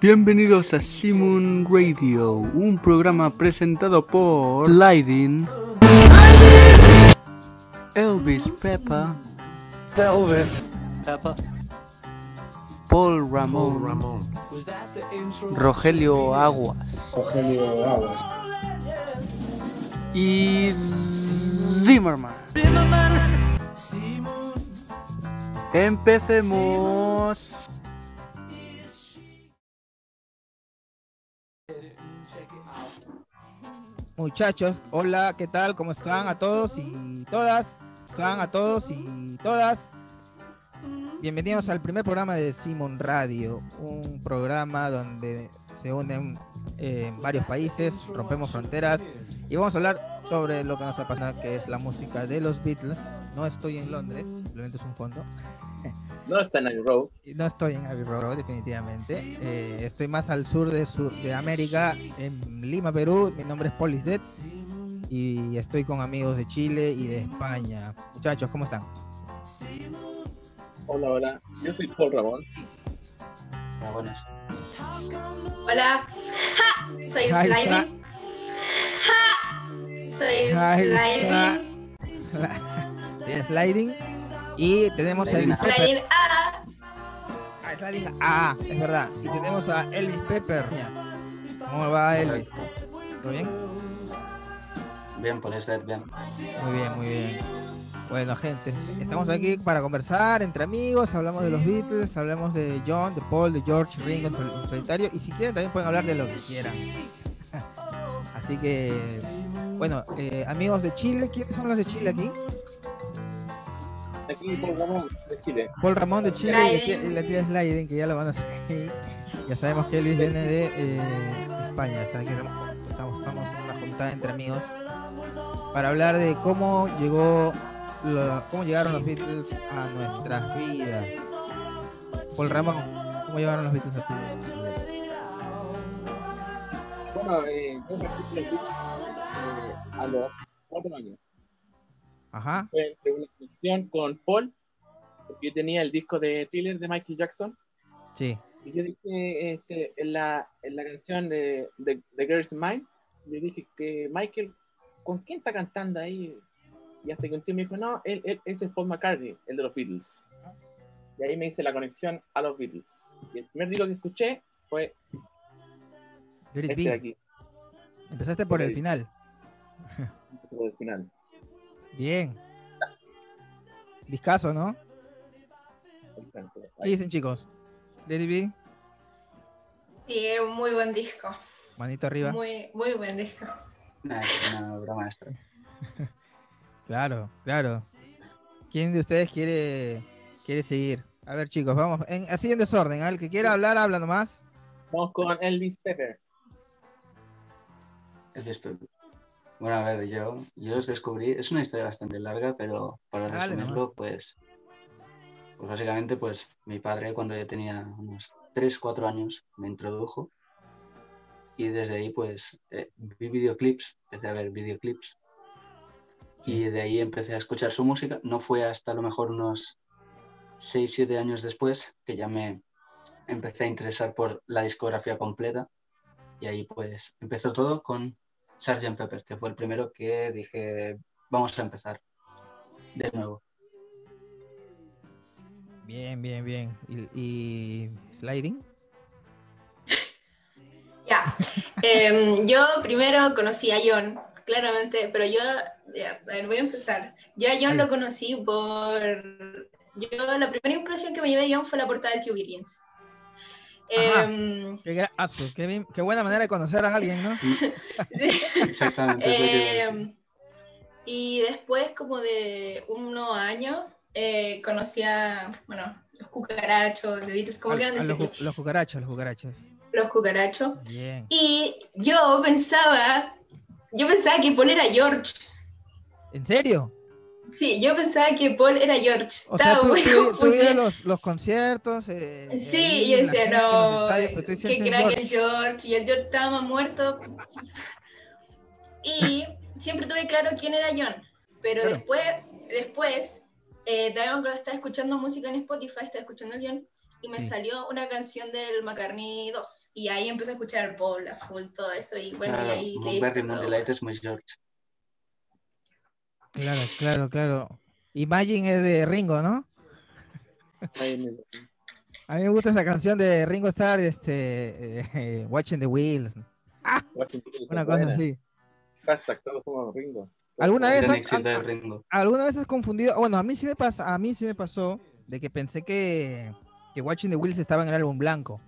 Bienvenidos a Simon Radio, un programa presentado por Sliding, Elvis Peppa, Elvis. Peppa. Paul Ramón, Rogelio Aguas Rogelio Aguas. y Zimmerman. Empecemos. Muchachos, hola, ¿qué tal? ¿Cómo están a todos y todas? ¿Cómo Están a todos y todas. Bienvenidos al primer programa de Simon Radio, un programa donde se unen eh, varios países, rompemos fronteras y vamos a hablar sobre lo que nos apasiona, que es la música de los Beatles. No estoy en Londres, simplemente es un fondo. No está en el road. Y No estoy en Abbey Road, definitivamente. Eh, estoy más al sur de, sur de América, en Lima, Perú. Mi nombre es Polis Dead. Y estoy con amigos de Chile y de España. Muchachos, ¿cómo están? Hola, hola. Yo soy Paul Ramón. Hola. ¡Ja! Soy Ahí Sliding. ¡Ja! Soy Ahí Sliding. De Sliding. Y tenemos a Elvis Pepper. Sliding A. Ah, Sliding. Ah, es verdad. Y tenemos a Elvis Pepper. ¿Cómo va Elvis? ¿Todo bien? Bien, por ese, bien. Muy bien, muy bien. Bueno, gente, estamos aquí para conversar entre amigos, hablamos de los Beatles, hablamos de John, de Paul, de George, Ringo en sol- en solitario y si quieren también pueden hablar de lo que quieran. Así que, bueno, eh, amigos de Chile, ¿quiénes son los de Chile aquí? Aquí Paul Ramón de Chile. Paul Ramón de Chile y la tía- y la tía Sliden, que ya lo van a seguir. Ya sabemos que Elvis viene de eh, España. Está aquí, estamos, estamos estamos en una juntada entre amigos para hablar de cómo llegó la- cómo llegaron los Beatles a nuestras vidas. Paul Ramón, ¿cómo llegaron los Beatles a tu vida? Bueno, eh, yo me fui de aquí, eh, a los cuatro años. Ajá, Fue entre una conexión con Paul, porque yo tenía el disco de Thriller de Michael Jackson. sí. Y yo dije este, en, la, en la canción de, de, de Girls Mind, yo dije que Michael, ¿con quién está cantando ahí? Y hasta que un tío me dijo, no, él, él- ese es Paul McCartney, el de los Beatles. Y ahí me hice la conexión a los Beatles. Y el primer disco que escuché fue Let it este be. de aquí. Empezaste por el final. por el final. Bien. Discaso, ¿no? Exacto. ¿Qué dicen, chicos? Let it be, Sí, es un muy buen disco. manito arriba. Muy, muy buen disco. Nada, es una broma esto. Claro, claro. ¿Quién de ustedes quiere, quiere seguir? A ver, chicos, vamos. en- así en desorden. ¿ah? El que quiera hablar, habla nomás. Vamos con Elvis Pepper. Es esto. Bueno, a ver, yo, yo los descubrí. Es una historia bastante larga, pero para Dale, resumirlo, pues, pues básicamente, pues mi padre cuando yo tenía unos 3, 4 años me introdujo y desde ahí, pues, eh, vi videoclips, empecé a ver videoclips y de ahí empecé a escuchar su música. No fue hasta a lo mejor unos 6, 7 años después que ya me empecé a interesar por la discografía completa y ahí, pues, empezó todo con Sgt. Pepper, que fue el primero que dije, vamos a empezar de nuevo. Bien, bien, bien. Y, y sliding. Ya. Em, yo primero conocí a John, claramente, pero yo, ya, a ver, voy a empezar. Yo a John lo conocí por... Yo, la primera impresión que me llevé de John fue la portada del Tube Beatles. Ajá. Em, Qué, grazo, qué, bien- qué buena manera de conocer a alguien, ¿no? sí. Exactamente. es lo que iba a decir. Eh, y después, como de unos años, eh, conocí a, bueno, los cucarachos, los Beatles, como A- quieran a los, decirlo, ju- los cucarachos, los cucarachos. los cucarachos. Bien. Y yo pensaba, yo pensaba que Paul era George. ¿En serio? Sí, yo pensaba que Paul era George. O sea, tú, muy tú- tú confundida. ibas a los, los conciertos. eh, Sí, ahí, yo la decía, gente, los no, eh, estadios, pero pues, tú decías, qué "Es crack George". el George, y el George estaba más muerto. Y siempre tuve claro quién era John, pero Claro. después, después eh, también cuando estaba escuchando música en Spotify, estaba escuchando a John, y me Sí. salió una canción del McCartney 2. Y ahí empecé a escuchar el pop, la full, todo eso. Y bueno, y Claro, ahí leí Moonberry todo. Moon Delight es muy George. Claro, claro, claro. Imagine es de Ringo, ¿no? Ahí me- A mí me gusta esa canción de Ringo Starr, este, eh, Watching the Wheels, una cosa así. Hashtag, todos somos Ringo. Ah, ¿Alguna vez Gran han- éxito han- de Ringo. ¿Alguna vez has confundido? Bueno, a mí sí me pasa, a mí sí me pasó de que pensé que, que Watching the Wheels estaba en el álbum blanco.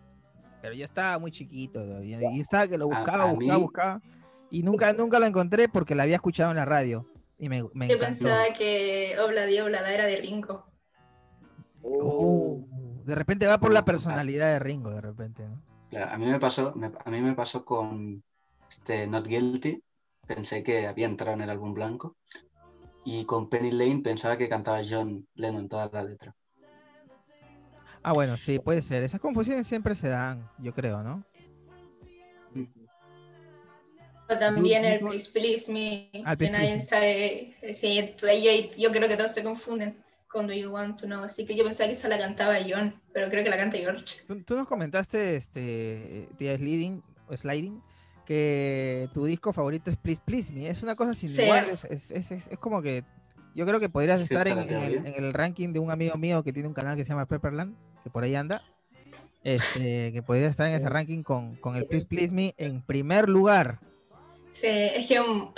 Pero yo estaba muy chiquito todavía, Y estaba que lo A- buscaba, a buscaba, mí- buscaba. Y nunca, nunca lo encontré porque la había escuchado en la radio. Y me, me Yo encantó. pensaba que Obla Di Oblada era de Ringo. Oh, de repente va por la personalidad de Ringo, de repente, ¿no? Claro, a mí me pasó, me- a mí me pasó con este Not Guilty, pensé que había entrado en el álbum blanco, y con Penny Lane pensaba que cantaba John Lennon toda la letra. Ah, bueno, sí, puede ser. Esas confusiones siempre se dan, yo creo, ¿no? O también el Dude, Please Please Me, Ah, que Please, nadie Please. sabe. Sí, entonces yo, yo creo que todos se confunden con Do You Want to Know. Así que yo pensaba que esa la cantaba John, pero creo que la canta George. Tú, tú nos comentaste, este, eh, tía Sliding, o Sliding, que tu disco favorito es Please Please Me. Es una cosa sin Sí. igual, es, es- es- es- es como que yo creo que podrías Sí, estar en, espérate, en el, ¿oye? en el ranking de un amigo mío que tiene un canal que se llama Pepperland, que por ahí anda, este, que podría estar en ese ranking con, con el Please Please Me en primer lugar. Sí, es que un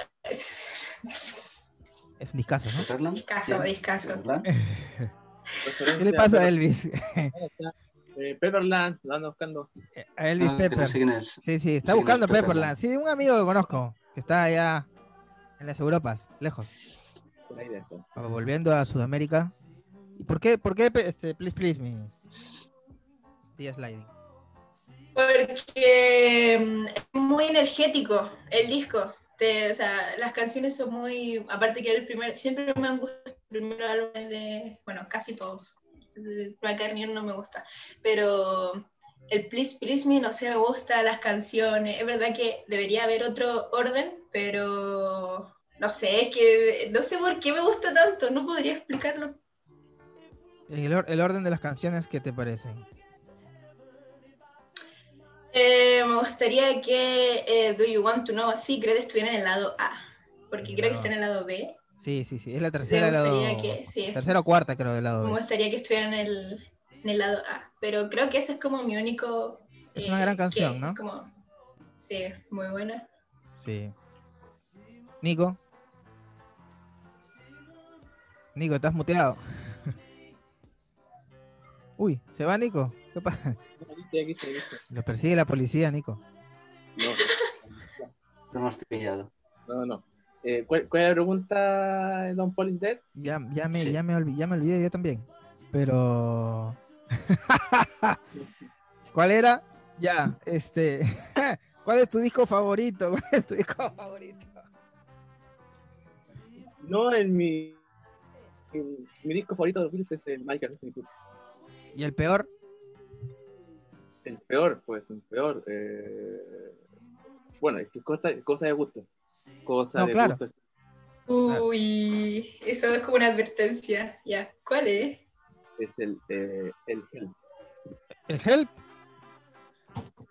Es un discazo, ¿no? Sutherland, discaso, sí, discaso. ¿verdad? ¿Qué le pasa a Elvis? Eh, Pepperland, lo andan buscando. A Elvis Ah, que no Pepper. sé quién es. Sí, sí, está Sí, buscando no está Pepperland. Sí, un amigo que conozco, que está allá en las Europas, lejos, Por ahí dentro. o volviendo a Sudamérica. ¿Y por qué, por qué, pe- este, please, please, mi tía Sliding? Porque mm, es muy energético el disco. Te- o sea, las canciones son muy. Aparte que el primer. Siempre me han gustado los primeros álbumes de. Bueno, casi todos. El McCartney no me gusta. Pero el Please Please Me no sé, me gusta las canciones. Es verdad que debería haber otro orden, pero. No sé, es que. No sé por qué me gusta tanto. No podría explicarlo. El, or- el orden de las canciones, ¿qué te parecen? Eh, me gustaría que eh, Do You Want to Know Secret estuviera en el lado A, porque creo que está en el lado B. Sí, sí, sí, es la Sí, tercera me del lado... gustaría que, sí, es- Tercera o cuarta, creo, del lado me B. gustaría que estuviera en el, en el lado A, pero creo que ese es como mi único. eh, Es una gran que- canción, ¿no? como- sí, muy buena. Sí. Nico. Nico, estás muteado. Uy, ¿se va Nico? ¿Qué pasa? No, aquí estoy, aquí estoy, aquí estoy. Lo persigue la policía, Nico. Lo hemos pillado. No, no, no. Eh, ¿cuál, cuál es la pregunta, Don Paul is Dead? Ya, ya, me, Sí. ya, me olvidé, ya me olvidé yo también. Pero. ¿Cuál era? Ya, este. ¿Cuál es tu disco favorito? ¿Cuál es tu disco favorito? No, en mi, en- mi disco favorito de los Beatles es el Michael Jackson. ¿Y el peor? El peor, pues, el peor. eh, Bueno, es que cosa, cosa de gusto. Cosa No, de claro. gusto. Uy, eso es como una advertencia. Ya, ¿cuál es? Es el, eh, el Help. ¿El Help?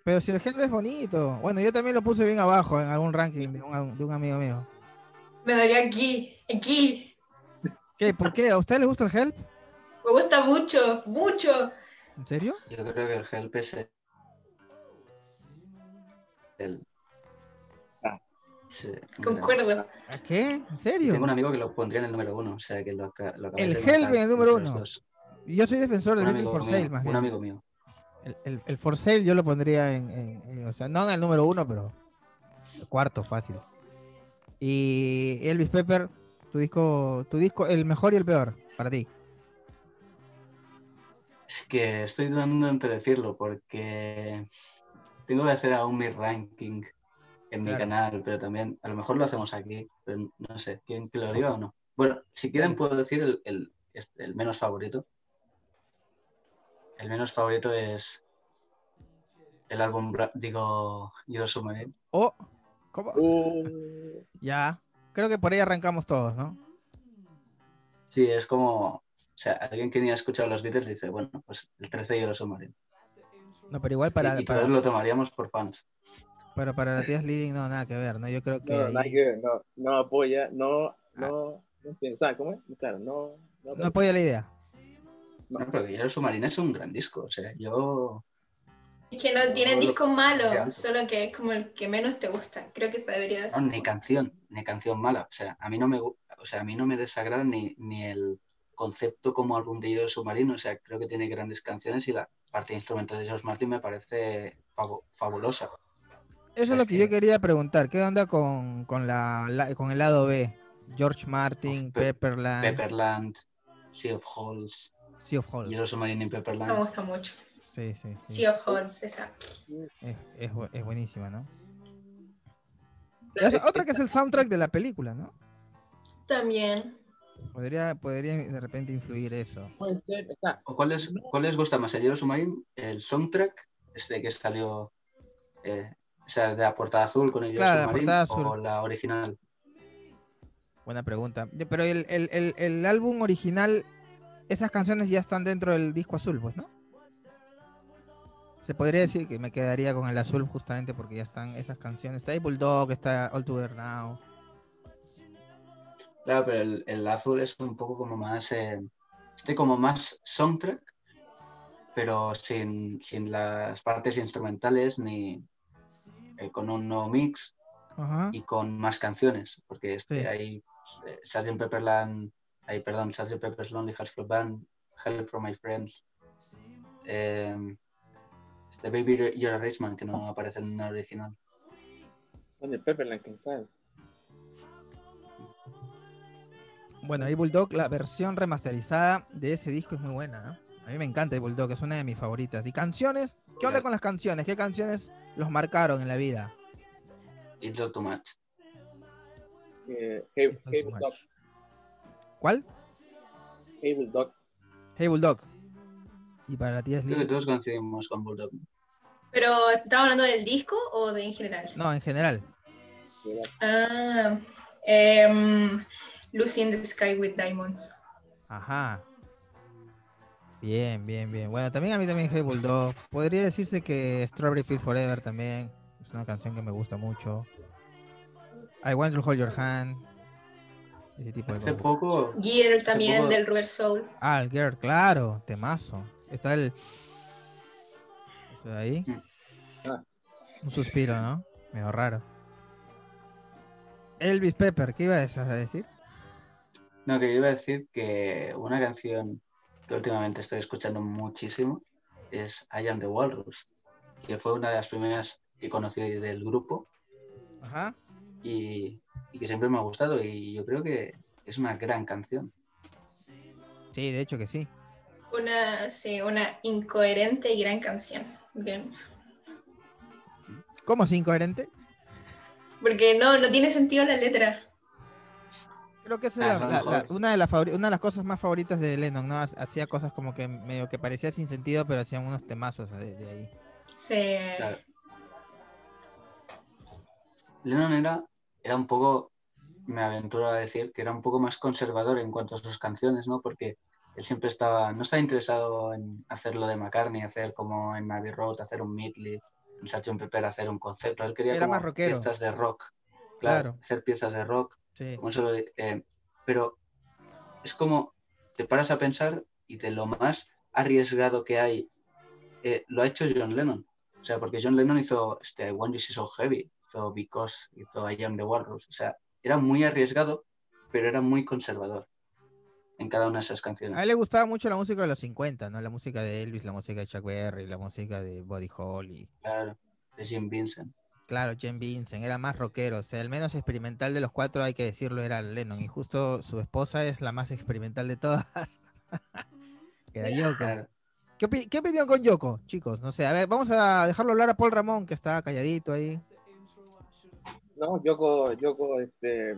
Pero si el Help es bonito. Bueno, yo también lo puse bien abajo en algún ranking de un, de un amigo mío. Me dolió aquí, aquí. ¿Qué? ¿Por qué? ¿A ustedes les gusta el Help? Me gusta mucho, mucho. ¿En serio? Yo creo que el Help es el. el- Ah. Sí, un gran- Concuerdo. ¿A qué? ¿En serio? Tengo un amigo que lo pondría en el número uno, o sea que lo, aca- lo acabas El de Help en matar el número entre los uno. dos. Yo soy defensor Un del Beatles amigo for Sale, mío, más un bien. amigo mío. El, el, el for sale yo lo pondría en, en- en- O sea, no en el número uno, pero. el Cuarto, fácil. Y Elvis Pepper, tu disco, tu disco, el mejor y el peor, para ti. Es que estoy dudando entre decirlo porque tengo que hacer aún mi ranking en mi Claro. canal, pero también a lo mejor lo hacemos aquí, pero no sé, ¿quién que lo diga o no? Bueno, si quieren puedo decir el, el- este, el menos favorito. El menos favorito es el álbum, bra- digo, yo sumaré. Oh, ¿cómo? Uh, Ya. Creo que por ahí arrancamos todos, ¿no? Sí, es como O sea, alguien que ni ha escuchado los Beatles dice, bueno, pues el 13 y el oso marino. No, pero igual para, y, y para, todos lo tomaríamos por fans. para, para la tía Leading no, nada que ver, ¿no? Yo creo que... No, ahí- nada que ver, no, no apoya, no, no, no piensa, ¿cómo es? Claro, no. no- No apoya la idea. No, pero que el oso marino es un gran disco. O sea, yo. Es que no tienen No, discos malos, ya. solo que es como el que menos te gusta. Creo que eso debería no, ser. ni canción, ni canción mala. O sea, a mí no me, gu- o sea, a mí no me desagrada ni, ni el concepto como álbum de Hielo Submarino. O sea, creo que tiene grandes canciones y la parte instrumental de George Martin me parece fabu- fabulosa. Eso es Es lo que que- yo quería preguntar. ¿Qué onda con, con, la, la- con el lado B? George Martin, Uf, Pe- Pepperland, Pepperland, Sea of Holes, Sea of Holes. Hielo Submarino y Me Pepperland. gusta mucho. Sí, sí, sí. Sea of Horns, esa. Es, es bu- es buenísima, ¿no? Y Claro, es- otra que es el soundtrack de la película, ¿no? También. Podría, podría de repente influir eso. puede ser, está, ¿O ¿Cuál les, cuál les gusta más? ¿El Hielo Submarino? ¿El soundtrack? Este que salió. eh, o sea, de la portada azul con el Hielo Claro, la Submarino portada o azul. la original. Buena pregunta. Yo- Pero el, el- el- el álbum original, esas canciones ya están dentro del disco azul, pues, ¿no? Se podría decir que me quedaría con el azul justamente porque ya están esas canciones. Está ahí Bulldog, está All Together Now. Claro, pero el, el azul es un poco como más. eh, este como más soundtrack, pero sin, sin las partes instrumentales ni eh, con un nuevo mix Ajá. y con más canciones, porque este, Sí. hay eh, Sgt. Pepperland, hay, perdón, Sgt. Pepper's Lonely Hearts Club Band, Help from My Friends, eh, este Baby You're a Rich Man, que no aparece en el original. son de Pepperland, quién sabe. Bueno, ahí Bulldog, la versión remasterizada de ese disco es muy buena, ¿no? A mí me encanta el Bulldog, es una de mis favoritas. ¿Y canciones? ¿Qué onda Claro. con las canciones? ¿Qué canciones los marcaron en la vida? It's all too much. Eh, Hey- It's All Hey Too Bulldog, Much. ¿Cuál? Hey Bulldog. Hey Bulldog. Y para la tía Creo que Slim. todos coincidimos con Bulldog. Pero, ¿estaba hablando del disco o de en general? No, en general. ¿verdad? Ah, em, Lucy in the Sky with Diamonds. Ajá. Bien, bien, bien. Bueno, también a mí también Hey Bulldog. Podría decirse que Strawberry Field Forever también. Es una canción que me gusta mucho. I Want to Hold Your Hand. Ese tipo de Hace cosas. poco Gear también puedo- del Rubber Soul. Ah, el girl, claro, temazo. Está el. Eso de ahí. Ah. Un suspiro, ¿no? Medio raro. Elvis Pepper, ¿qué ibas a decir? No, que yo iba a decir que una canción que últimamente estoy escuchando muchísimo es I Am the Walrus, que fue una de las primeras que conocí del grupo Ajá. y, y que siempre me ha gustado y yo creo que es una gran canción. Sí, de hecho que sí. Una, sí, una incoherente y gran canción. Bien. ¿Cómo es incoherente? Porque no, no tiene sentido la letra. Creo que esa Ah, es la- no, la- mejor. la- una, de las favori- una de las cosas más favoritas de Lennon, ¿no? Ha- Hacía cosas como que medio que parecía sin sentido, pero hacían unos temazos de, de ahí. Se... Claro. Lennon era, era un poco, me aventuro a decir, que era un poco más conservador en cuanto a sus canciones, ¿no? Porque él siempre estaba, no estaba interesado en hacer lo de McCartney, hacer como en Abbey Road, hacer un Midley, en Sgt. Pepper, hacer un concepto. Él quería Era como más rockero. piezas de rock. Claro. claro, hacer piezas de rock, Sí. como eso lo de- eh, pero es como te paras a pensar y de lo más arriesgado que hay eh, lo ha hecho John Lennon o sea porque John Lennon hizo este I Want You So Heavy hizo Because hizo I Am the Walrus o sea era muy arriesgado pero era muy conservador en cada una de esas A canciones él le gustaba mucho la música de los 50, ¿no? La música de Elvis, la música de Chuck Berry, la música de Buddy Holly. claro de Jim Vincent Claro, Jen Vincent era más rockero, o sea, el menos experimental de los cuatro, hay que decirlo, era Lennon. Y justo su esposa es la más experimental de todas. que era Yoko. claro ¿Qué, opi- qué opinión con Yoko, chicos? No sé, a ver, vamos a dejarlo hablar a Paul Ramón, que está calladito ahí. No, Yoko, Yoko, este,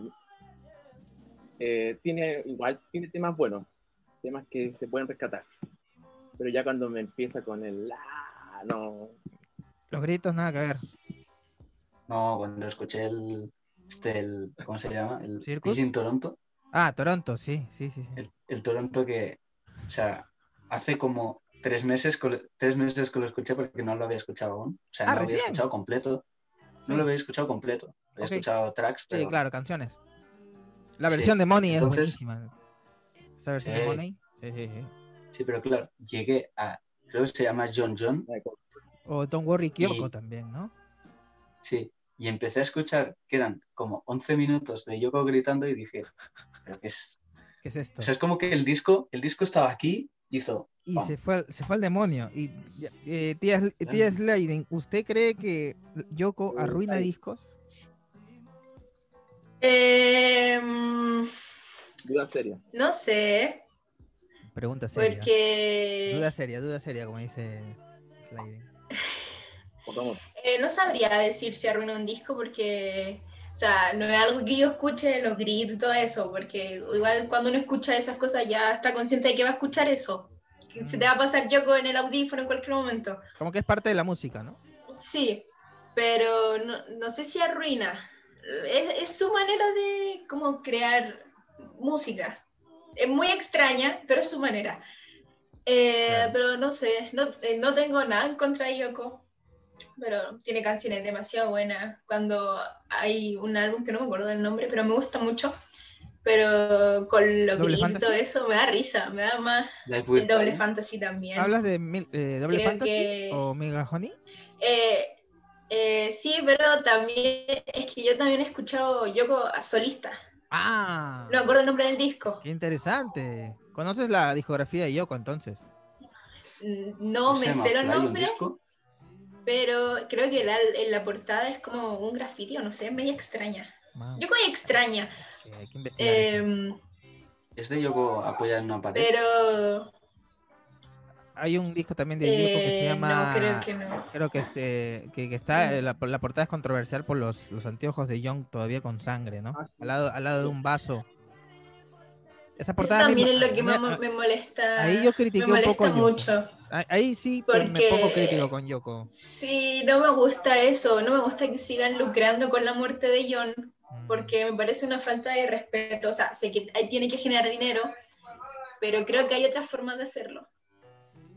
eh, tiene igual, tiene temas buenos, temas que se pueden rescatar. Pero ya cuando me empieza con el "Ah", no, Los gritos, nada que ver. no cuando escuché el este el cómo se llama el ¿Circus? Virgin Toronto Ah, Toronto, sí, sí, sí. sí. el, el Toronto que sea, hace como tres meses, que- tres meses que lo escuché porque no lo había escuchado aún. O sea, Ah, no lo había recién. escuchado completo. Sí. No lo había escuchado completo. Había Ok. escuchado tracks, pero Sí, claro, canciones. La Sí, versión de Money entonces- es buenísima. ¿Esa versión Eh. de Money? Sí, sí, sí. sí, pero claro, llegué a, creo que se llama John John, O Don't Worry Kyoko Y- también, ¿no? sí, y empecé a escuchar que eran como 11 minutos de Yoko gritando y dije, pero que es, ¿Qué es esto? o sea, es como que el disco, el disco estaba aquí, hizo, Y pam. se fue, al, se fue al demonio. Y ya- eh, tía, tía Sliden, ¿usted cree que Yoko arruina Ay. discos? Eh, mm, Duda seria. no sé, Pregunta seria. porque Duda seria, duda seria, como dice Sliden. Por favor. eh, no sabría decir si arruina un disco porque, o sea, no es algo que yo escuche, los gritos y todo eso, porque igual cuando uno escucha esas cosas ya está consciente de que va a escuchar eso. que Se te va a pasar Yoko en el audífono en cualquier momento. Como que es parte de la música, ¿no? Sí, pero no, no sé si arruina. Es, es su manera de como crear música. Es muy extraña, pero es su manera. Eh, Claro. Pero no sé, no, eh, no tengo nada en contra de Yoko, pero tiene canciones demasiado buenas. Cuando hay un álbum que no me acuerdo del nombre, pero me gusta mucho. Pero con lo ¿Doble gritos y todo Fantasy? eso me da risa, me da más Live with el doble Fire. fantasy también. ¿Hablas de Mil- eh, Doble Creo Fantasy que- o Mega Honey? Eh, eh, sí, pero también es que yo también he escuchado Yoko a solista. ¡Ah! No me acuerdo el nombre del disco. ¡Qué interesante! ¿Conoces la discografía de Yoko entonces? Mm, No se me llama sé los Fly on nombres, Disco. pero creo que la- en la portada es como un grafiti o no sé, media extraña. Mam, Yoko es extraña, sí, hay que investigar. eso. eh, Es de Yoko apoyada en una pared. pero Hay un disco también de Yoko que se eh, llama. no, creo que no. Creo que, este, que, que está, eh, la, la portada es controversial por los, los anteojos de Young todavía con sangre, ¿no? Al lado, al lado de un vaso. Esa Eso portada a mí también me- es lo que me- más mo- me molesta. Ahí yo me critiqué un poco. a molesta Yoko. mucho. Ah, Ahí sí, pero me Porque- pongo crítico con Yoko. Sí, no me gusta eso, no me gusta que sigan lucrando con la muerte de John, Mm. porque me parece una falta de respeto. O sea, sé que ahí tiene que generar dinero, pero creo que hay otras formas de hacerlo.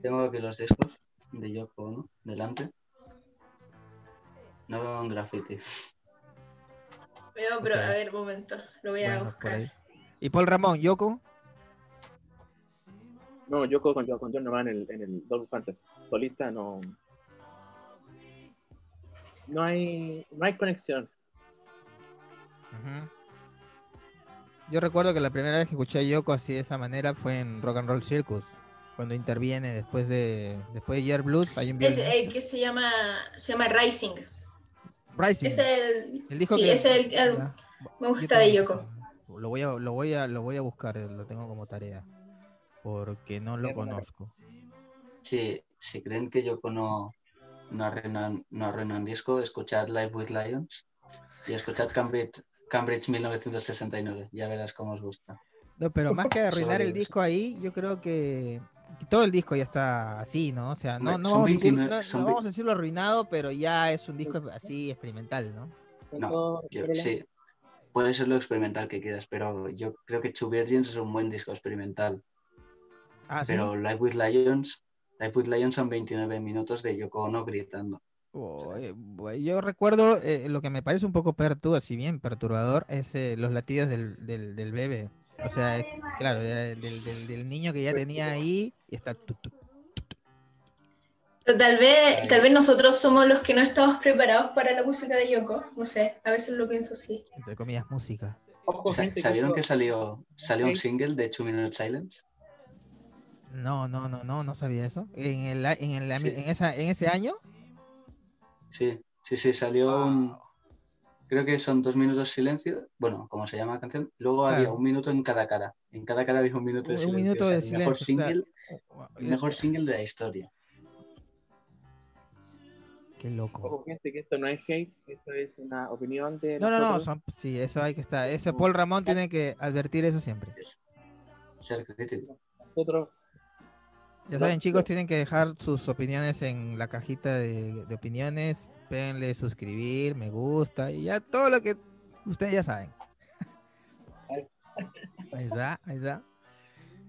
Tengo aquí los discos de Yoko ¿no? delante. No veo un graffiti. Veo, pero Ok. a ver, un momento, lo voy a Bueno, por buscar. ahí. Y Paul Ramón, Yoko, No, yo con, con John Norman en el, en el Double Fantasy. Solista no. No hay, no hay conexión. Ujú. Yo recuerdo que la primera vez que escuché a Yoko así de esa manera fue en Rock and Roll Circus, cuando interviene después de después de Year Blues, hay un Es, violinista. eh, que se llama, se llama Rising. Rising. Es el, El disco sí, que- es el, el- Ya. me Yo gusta de también. Yoko. Lo voy a lo voy a lo voy a buscar, eh, lo tengo como tarea, porque no lo Es bueno. conozco. Si, si creen que Yoko no, no, arruina, no arruina un disco, escuchad Live with Lions y escuchad Cambridge, Cambridge 1969. Ya verás cómo os gusta. No, pero más que arruinar el Sonidos. disco ahí, yo creo que todo el disco ya está así, ¿no? O sea, no, Hombre, no, son vamos, a decir, 29 no- no son vamos a decirlo arruinado, pero ya es un disco así experimental, ¿no? No, Yo- sí, puede ser lo experimental que quieras, pero yo creo que Two Virgins es un buen disco experimental. Ah, sí. Pero Live with Lions, Live with Lions son 29 minutos de Yoko Ono gritando. Oh, eh, bu- yo recuerdo eh, lo que me parece un poco perturbador, si bien perturbador, es eh, los latidos del, del, del bebé. O sea, eh, claro, era del, del- del niño que ya tenía ahí y está. tu, tu. Pero Tal vez, tal vez nosotros somos los que no estamos preparados para la música de Yoko, no sé, a veces lo pienso así. entre comillas, música. Ojo, Sa- gente, ¿Sabieron que esto- salió, salió un Ok. single de Two Minute Silence? No, no, no, no, no sabía eso. En el, a- en el ami- Sí. en esa, en ese año. Sí, sí, sí, salió un. Creo que son dos minutos de silencio. Bueno, como se llama la canción. Luego había Claro. un minuto en cada cara. En cada cara había un minuto de Un- un silencio. minuto o sea, de el mejor silencio, single, claro. el mejor single de la historia. Qué loco. Ojo, gente, que esto no es hate, esto es una opinión de. No, no, no. nosotros. Son, sí, eso hay que estar. Ese Paul Ramón tiene que advertir eso siempre. Ser crítico. Nosotros Ya No, saben, chicos, no. tienen que dejar sus opiniones en la cajita de, de opiniones. Pénle suscribir, me gusta y ya todo lo que ustedes ya saben. Ahí está, ahí está.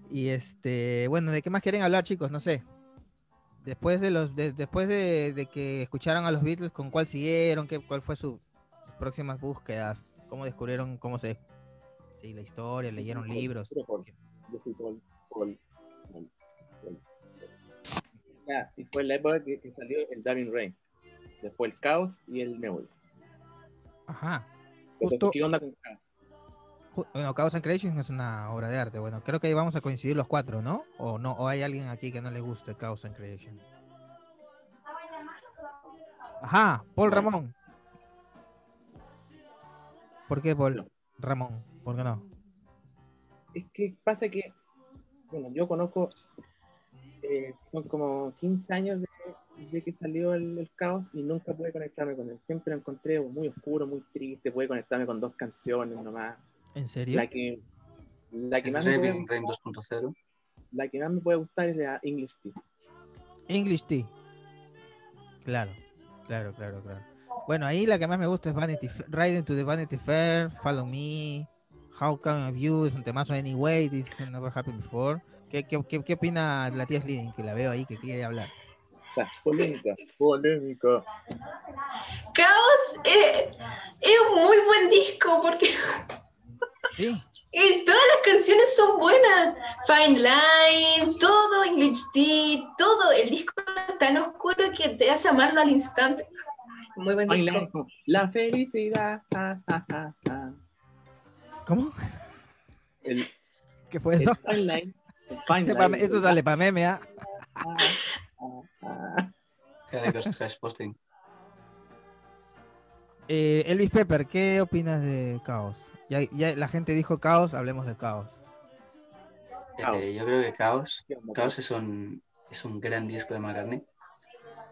Y este, bueno, ¿de qué más quieren hablar, chicos? No sé. Después de los, de- después de, de que escucharon a los Beatles, ¿con cuál siguieron? ¿Qué, ¿Cuál fue su- sus próximas búsquedas? ¿Cómo descubrieron cómo se sí, la historia? ¿Leyeron libros? Yo fui Paul, Paul, Paul, Paul. Ya, y fue la época que, que salió el Darwin Rain. Después el Caos y el Nebula. Ajá. Pero, Justo- ¿Qué onda con Caos? Ju- Bueno, Chaos and Creation es una obra de arte. Bueno, creo que ahí vamos a coincidir los cuatro, ¿no? O no, o hay alguien aquí que no le guste Chaos and Creation. Ajá, Paul Ramón. ¿Por qué Paul Ramón? ¿Por qué no? Es que pasa que, bueno, yo conozco, eh, son como 15 años de, de que salió el, el Caos y nunca pude conectarme con él. Siempre lo encontré muy oscuro, muy triste. Pude conectarme con dos canciones nomás. ¿En serio? La que, la que Este más Es me puede- Raven Rain 2.0. la que más me puede gustar es la English Tea. English Tea. Claro, claro, claro, claro. Bueno, ahí la que más me gusta es Vanity Fair, Riding to the Vanity Fair, Follow Me, How Can I You, es un temazo anyway, this has never happened before. ¿Qué, qué, qué, qué opina la tía Sliding? Que la veo ahí, que quiere hablar. Está, polémica, polémica. Caos eh, es un muy buen disco porque Sí, eh, todas las canciones son buenas. Fine Line, todo English Tea, todo. El disco es tan oscuro que te hace amarlo al instante. Muy buen Ay, disco. la, la felicidad. ja, ja, ja, ja. ¿cómo? El, ¿Qué fue el eso? fine line. el fine Este line. pa- Esto sale para meme, ¿ah? Ah, ah, ah. Cada cosa es posting. Eh, Elvis Pepper, ¿qué opinas de Caos? Ya, ya la gente dijo Caos, hablemos de Caos. Eh, Caos. yo creo que Caos, Qué onda. Caos es, un, es un gran disco de McCartney.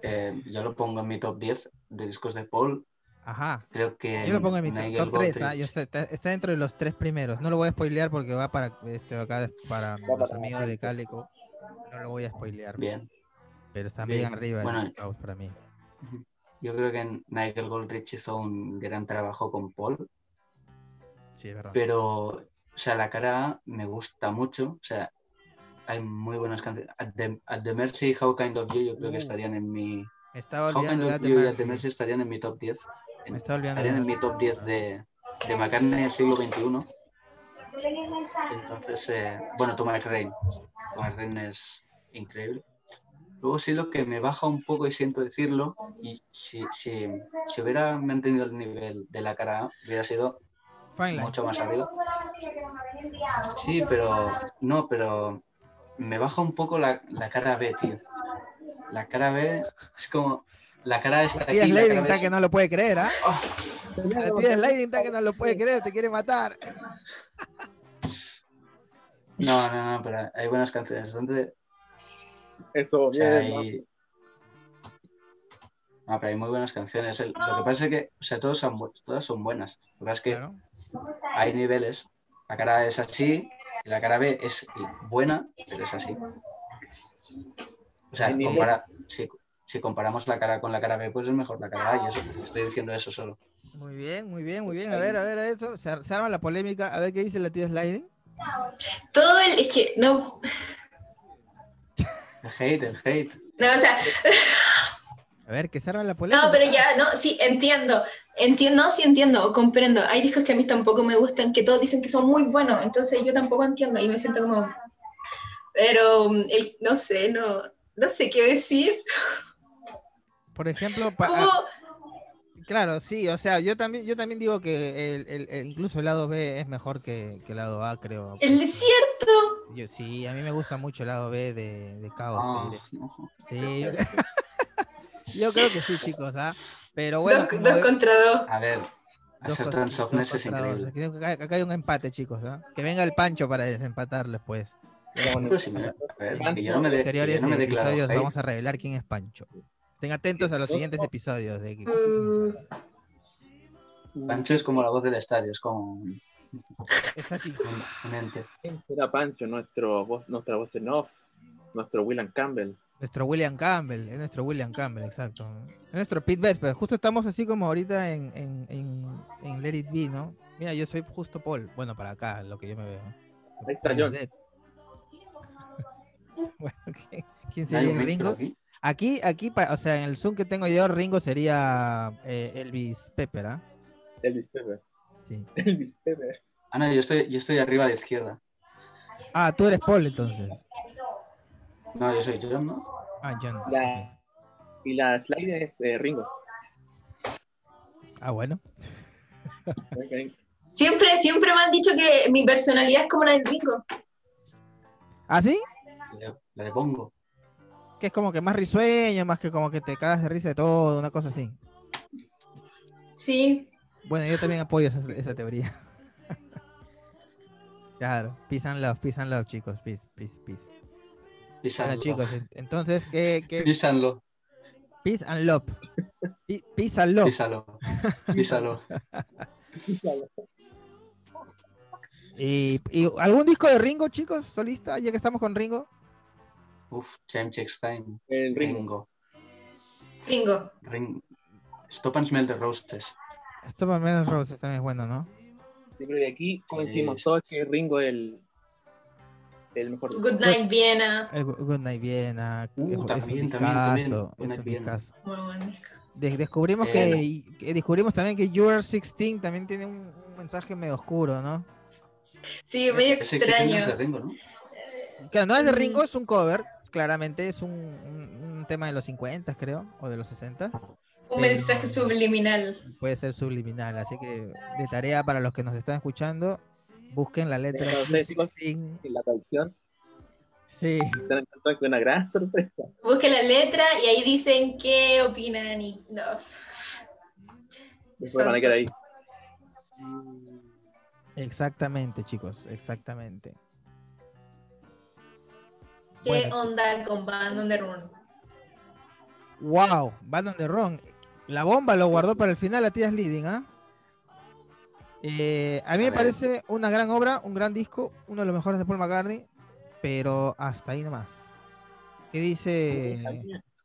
Eh, yo lo pongo en mi top 10 de discos de Paul. Ajá. Creo que Yo lo pongo en mi top- ah, Nigel top 3, Godrich- está, está dentro de los tres primeros. No lo voy a spoilear porque va para este, acá para Va los para amigos de adelante. Cálico. No lo voy a spoilear, Bien. pero está bien. bien arriba el Bueno. caos para mí. Yo creo que Nigel Goldrich hizo un gran trabajo con Paul, Sí, es verdad. pero, o sea, la cara A me gusta mucho. O sea, hay muy buenas canciones. At the, At the Mercy y How Kind of You, yo creo que Uh. estarían en mi. Me estaba How Kind olvidando de of At the You y At the Mercy Mercy. estarían en mi top 10. Me estaba olvidando estarían de en mi top 10 de, de McCartney del siglo XXI. Entonces, eh, bueno, Thomas Rain. Thomas Rain es increíble. Luego sí lo que me baja un poco y siento decirlo, y si, si, si hubiera mantenido el nivel de la cara A, hubiera sido Fine Line. mucho más arriba. Sí, pero no, pero me baja un poco la, la cara B, tío. La cara B es como... La cara está aquí, Tía la Sliding cara B está es- que no lo puede creer, ¿ah? La tía Sliding está que no lo puede creer, te quiere matar. No, no, no, pero hay buenas canciones. ¿Dónde? Eso, O sea, bien, hay... No, pero hay muy buenas canciones. El- Lo que pasa es que, o sea, todos son bu- todas son buenas. Lo que pasa es que Claro. hay niveles. La cara A es así, y la cara B es buena, pero es así. O sea, Hay niveles. compara- si, si comparamos la cara con la cara B, pues es mejor la cara A. Yo so- estoy diciendo eso solo. Muy bien, muy bien, muy bien. A ver, a ver, a eso. Se, ar- se arma la polémica. A ver qué dice la tía Sliding. Todo el. Es que no. El hate, el hate. No, o sea, A ver, que se arma la polémica. No, pero ya, no, sí, entiendo. Entiendo, sí entiendo, comprendo. Hay discos que a mí tampoco me gustan, que todos dicen que son muy buenos, entonces yo tampoco entiendo y me siento como... Pero, mm, el- no sé, no, no sé qué decir. Por ejemplo, pa- ah. Como, Claro, sí, o sea, yo también, yo también digo que el, el- el- incluso el lado B es mejor que, que el lado A, creo. el desierto. Yo- sí, a mí me gusta mucho el lado B de, de Caos. te Ah, diré. no. Sí, yo, yo creo que sí, chicos, ¿ah? Pero bueno, Dos, como dos ve- contra dos. A ver, dos hacer cos- tan softness dos es contra dos. increíble. Creo que Acá, acá hay un empate, chicos, ¿ah? Que venga el Pancho para desempatarles, pues. Pero si me- a ver, que yo no me, de- que Posteriores eh, yo Eh, no me ¿eh? declaro episodios hate. vamos a revelar quién es Pancho. Estén atentos Eh, a los siguientes oh. episodios de que- Mm, Pancho es como la voz del estadio, es como un, Es así. un ente. ¿Quién será Pancho? Nuestro voz, nuestra voz en off, nuestro William Campbell. Nuestro William Campbell, es nuestro William Campbell, exacto. Es nuestro Pete Best, pero justo estamos así como ahorita en, en, en, en Let It Be, ¿no? Mira, yo soy justo Paul. Bueno, para acá, lo que yo me veo. Ahí está Paul John. Dead. Bueno, ¿quién- ¿quién sería Ringo? Aquí, aquí, pa- o sea, en el Zoom que tengo yo, Ringo sería eh, Elvis Pepper, ¿ah? Elvis Pepper. Sí. Elvis Pepper. Ah, no, yo estoy, yo estoy arriba a la izquierda. Ah, tú eres Paul entonces. No, yo soy John, ¿no? Ah, John. La- y la slide es eh, Ringo. Ah, bueno. Siempre, siempre me han dicho que mi personalidad es como la del Ringo. ¿Ah, sí? La- La de Pongo. Que es como que más risueño, más que como que te cagas de risa de todo, una cosa así. Sí, Bueno, yo también apoyo esa, esa teoría. claro, peace and love, peace and love, chicos. Peace, peace, peace. Bueno, Písanlo. chicos, en- entonces, ¿qué, qué? Písanlo. Peace and love. Pe- Peace and love. Písalo. Písalo. Y, y algún disco de Ringo, chicos, solista, ya que estamos con Ringo. Uf, time checks time. El Ringo. Ringo. Ringo. Ring... Stop and smell the roses. Esto para menos Roses también es bueno, ¿no? Yo creo que aquí coincidimos todos que Ringo es el, el mejor. Good Night Viena. El Gu- Good Night Viena. Uh, es- es, un también, también, también, discazo, Good es Night un Viena. discazo. Muy buen disco. De- descubrimos Eh, que, que descubrimos también que You Are 16 también tiene un, un mensaje medio oscuro, ¿no? Sí, medio Ese existe no es de extraño. Ringo, ¿no? Que no es de Mm. Ringo, es un cover, claramente, es un, un- un tema de los 50, creo, o de los 60. Un mensaje subliminal. Puede ser subliminal, así que de tarea para los que nos están escuchando, busquen la letra Pero, You Are chicos, 16. En la canción Sí, se han encontrado con una gran sorpresa. Busquen la letra y ahí dicen qué opinan y. No. Después van a quedar ahí. exactamente, chicos, exactamente. ¿Qué Bueno, onda con Band on the Run? Wow, Bad on the Run. La bomba lo guardó para el final la tía Sleading, ¿ah? Eh, a mí A me ver. parece una gran obra, un gran disco, uno de los mejores de Paul McCartney, pero hasta ahí nomás. ¿Qué dice? A mí-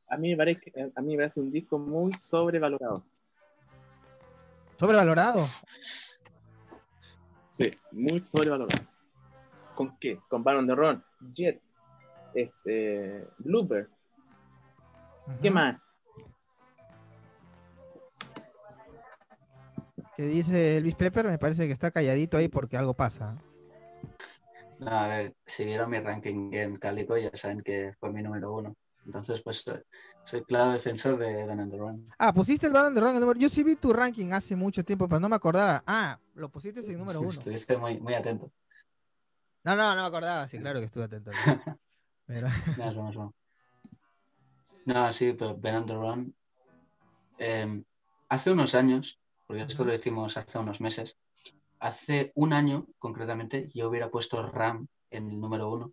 A mí, me parece, a mí me parece un disco muy sobrevalorado. Sobrevalorado. Sí, muy sobrevalorado. ¿Con qué? Con Baron de Ron, Jet, este, Blooper, ¿qué Ujú. más? ¿Qué dice Elvis Pepper? Me parece que está calladito ahí porque algo pasa. No, a ver, si vieron mi ranking en Calico ya saben que fue mi número uno. Entonces, pues soy, soy claro defensor de Van and Run. Ah, pusiste el Bad on the Run en el número. Yo sí vi tu ranking hace mucho tiempo, pero no me acordaba. Ah, lo pusiste en número uno. Estuviste muy, muy atento. No, no, no me acordaba. Sí, claro que estuve atento. Pero- No, es broma, es broma. No, sí, pero Ben and the Run. eh, hace unos años, porque esto lo hicimos hace unos meses, hace un año concretamente, yo hubiera puesto Ram en el número uno.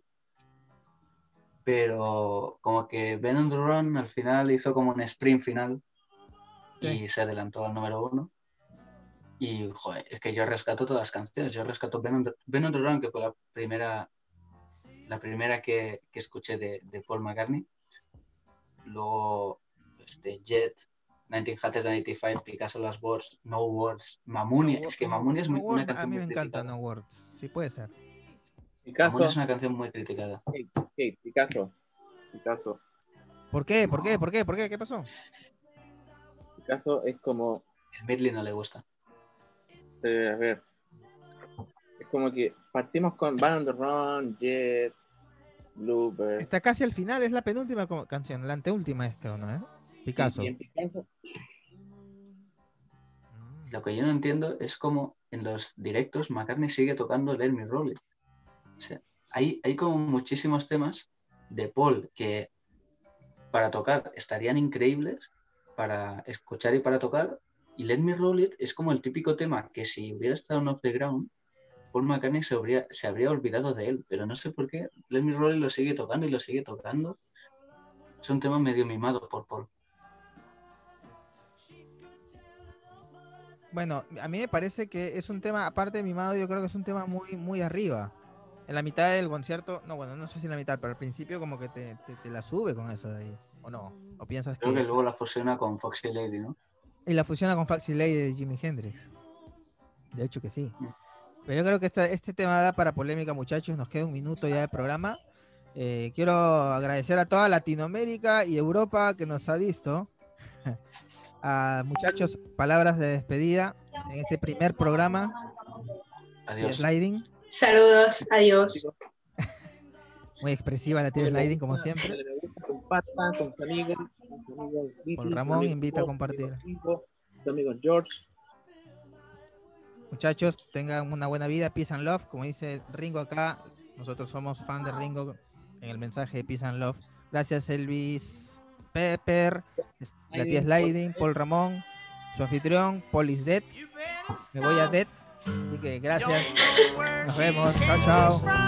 Pero como que Ben and the Run al final hizo como un sprint final y se adelantó al número uno. Y joder, es que yo rescato todas las canciones. Yo rescato Ben on the, Ben on the Run, que fue la primera, la primera que, que escuché de, de Paul McCartney. Luego, este, Jet, 1995, Picasso Las Words, No Words, Mamuni. es que Mamuni es No muy- Word, una canción A mí me muy encanta No criticada. Words. Sí, puede ser. Mi Mamuni es caso, una canción muy criticada. Kate, mi caso, mi caso, ¿Por qué? ¿Por qué? ¿Por qué? ¿Por qué? ¿Qué pasó? mi caso es como, El medley no le gusta. eh, a ver, es como que partimos con Baron de Ron, Jet, Blooper. Está casi al final, es la penúltima co- canción, la anteúltima es creo, ¿no? Eh? Picasso. Y en Picasso, Mm. Lo que yo no entiendo es cómo en los directos McCartney sigue tocando Let Me Roll It. O sea, hay, hay como muchísimos temas de Paul que para tocar estarían increíbles, para escuchar y para tocar. Y Let Me Roll It es como el típico tema que si hubiera estado en Off the Ground, Paul McCartney se habría, se habría olvidado de él. Pero no sé por qué Let Me Roll It lo sigue tocando y lo sigue tocando. Es un tema medio mimado por Paul. Bueno, a mí me parece que es un tema, aparte de mimado, yo creo que es un tema muy, muy arriba. En la mitad del concierto, no, bueno, no sé si en la mitad, pero al principio como que te, te- te la sube con eso de ahí, ¿o no? ¿O piensas que...? Creo que luego la fusiona con Foxy Lady, ¿no? Y la fusiona con Foxy Lady de Jimi Hendrix. De hecho que sí. Pero yo creo que esta- este tema da para polémica, muchachos. Nos queda un minuto ya de programa. Eh, quiero agradecer a toda Latinoamérica y Europa que nos ha visto. a muchachos, palabras de despedida en este primer programa. Adiós. Sliding. Saludos, adiós. Muy expresiva la tía Sliding, como siempre. Compartan con sus amigos. Con, sus amigos Beatles, Con Ramón, amigos invita a Bob, compartir. amigos Ringo, sus amigos George. Muchachos, tengan una buena vida. Peace and love. Como dice Ringo acá, nosotros somos fan de Ringo en el mensaje de Peace and love. Gracias, Elvis Pepper, la tía Sliding, Paul Ramón, su anfitrión, Polis Dead. Me voy a Dead. Así que gracias. Nos vemos. Chao, chao.